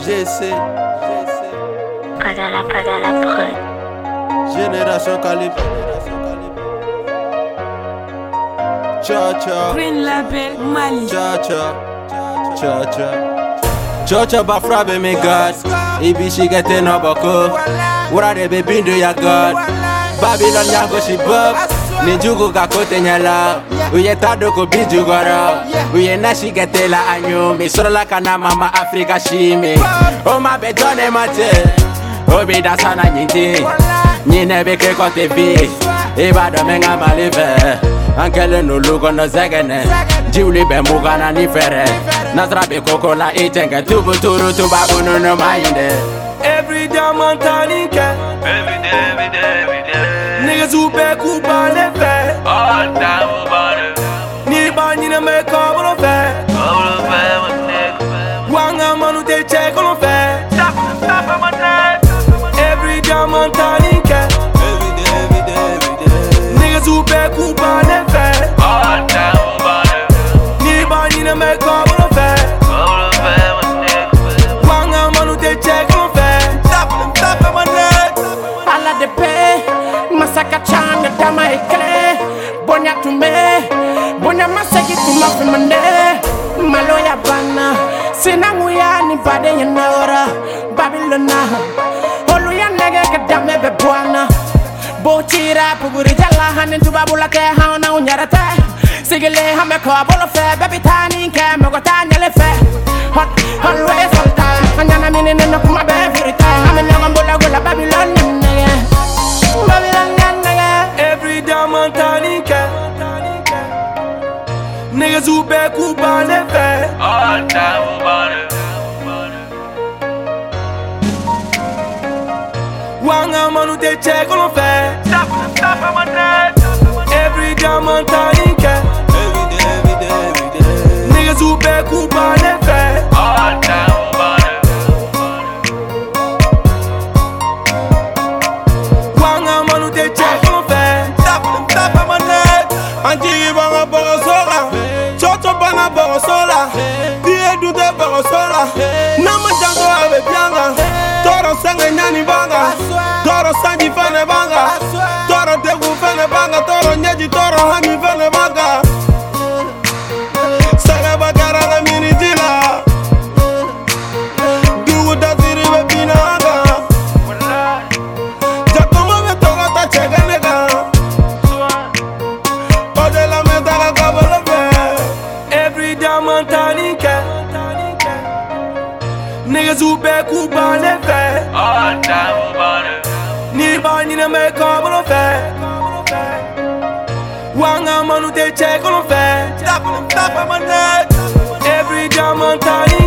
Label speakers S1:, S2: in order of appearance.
S1: GC,
S2: Kadala Kadala Prod.
S1: Génération Calibre. Cha cha,
S3: Green Label Mali.
S1: cha cha, cha cha. Cha cha ba frappe mes gars. Ibi shigete no boko. Wura de be bindo ya god. Babylon yango shi bob. Ninjugu ga kote nyala. Uye tado ko biju gora. Uye na shigete la anyo. Mi sorola kana mama Africa Oh, shimi. O ma be jone mate. obi dasa na nyinti nyine bi kekɔ tebi ibadɔ mi ŋa mali fɛ an kɛlen n'olu kɔnɔ zɛgɛnɛ jiwuli bɛ mugana ni fɛrɛ nasira bi koko la i tɛnkɛ tubu turu tubabu nunu ma ɲi dɛ.
S4: Every day man turning care. Niggas who beg who burn it fair. Need burn you know make up on fair. One a man who they check on fair. Every day man turning care. Niggas who beg who burn it fair. Need burn you know make up on fair. One a man who they check on fair. Tap them tap e them on that.
S5: ala de pe masaka changa dama ekele bonya tume bonya masaki tuma fimande malo ya bana sinangu ya ni bade ya naora babilona olu ya nege ka dame be bwana botira puguri jala hani tubabula ke hauna unyarate sigile hame ko bolo fe baby tani ke mogo tani le fe hot always on time anyana mini nina kuma be virita ame nyaga mbula gula babilon nege babilon nege
S4: Every diamond turning care. eh. Niggas who beg who burn it fair. One a man who they check on fair. Every diamond turning care. eh. Niggas who beg who burn it fair. Wanga manu te check on fair. Tap them tap on my neck. Anti banga borosola. Chocho banga borosola. Die du te borosola. Nama jango abe bianga. Toro sanga nyani banga. Toro sanji fene banga. Toro tegu fene banga. Toro nyeji toro hami fene banga. Saga bakara la mini jila. Dugu dasiri be pinanga. Jacomo me toca ta chega nega. Ode la me toca cabelo fe. Every diamond turning care. Niggas who beg who burn it fair. Ni burn ni me cabelo fe. Wanga manu te check on fe. Tap on tap on my neck. Every diamond turning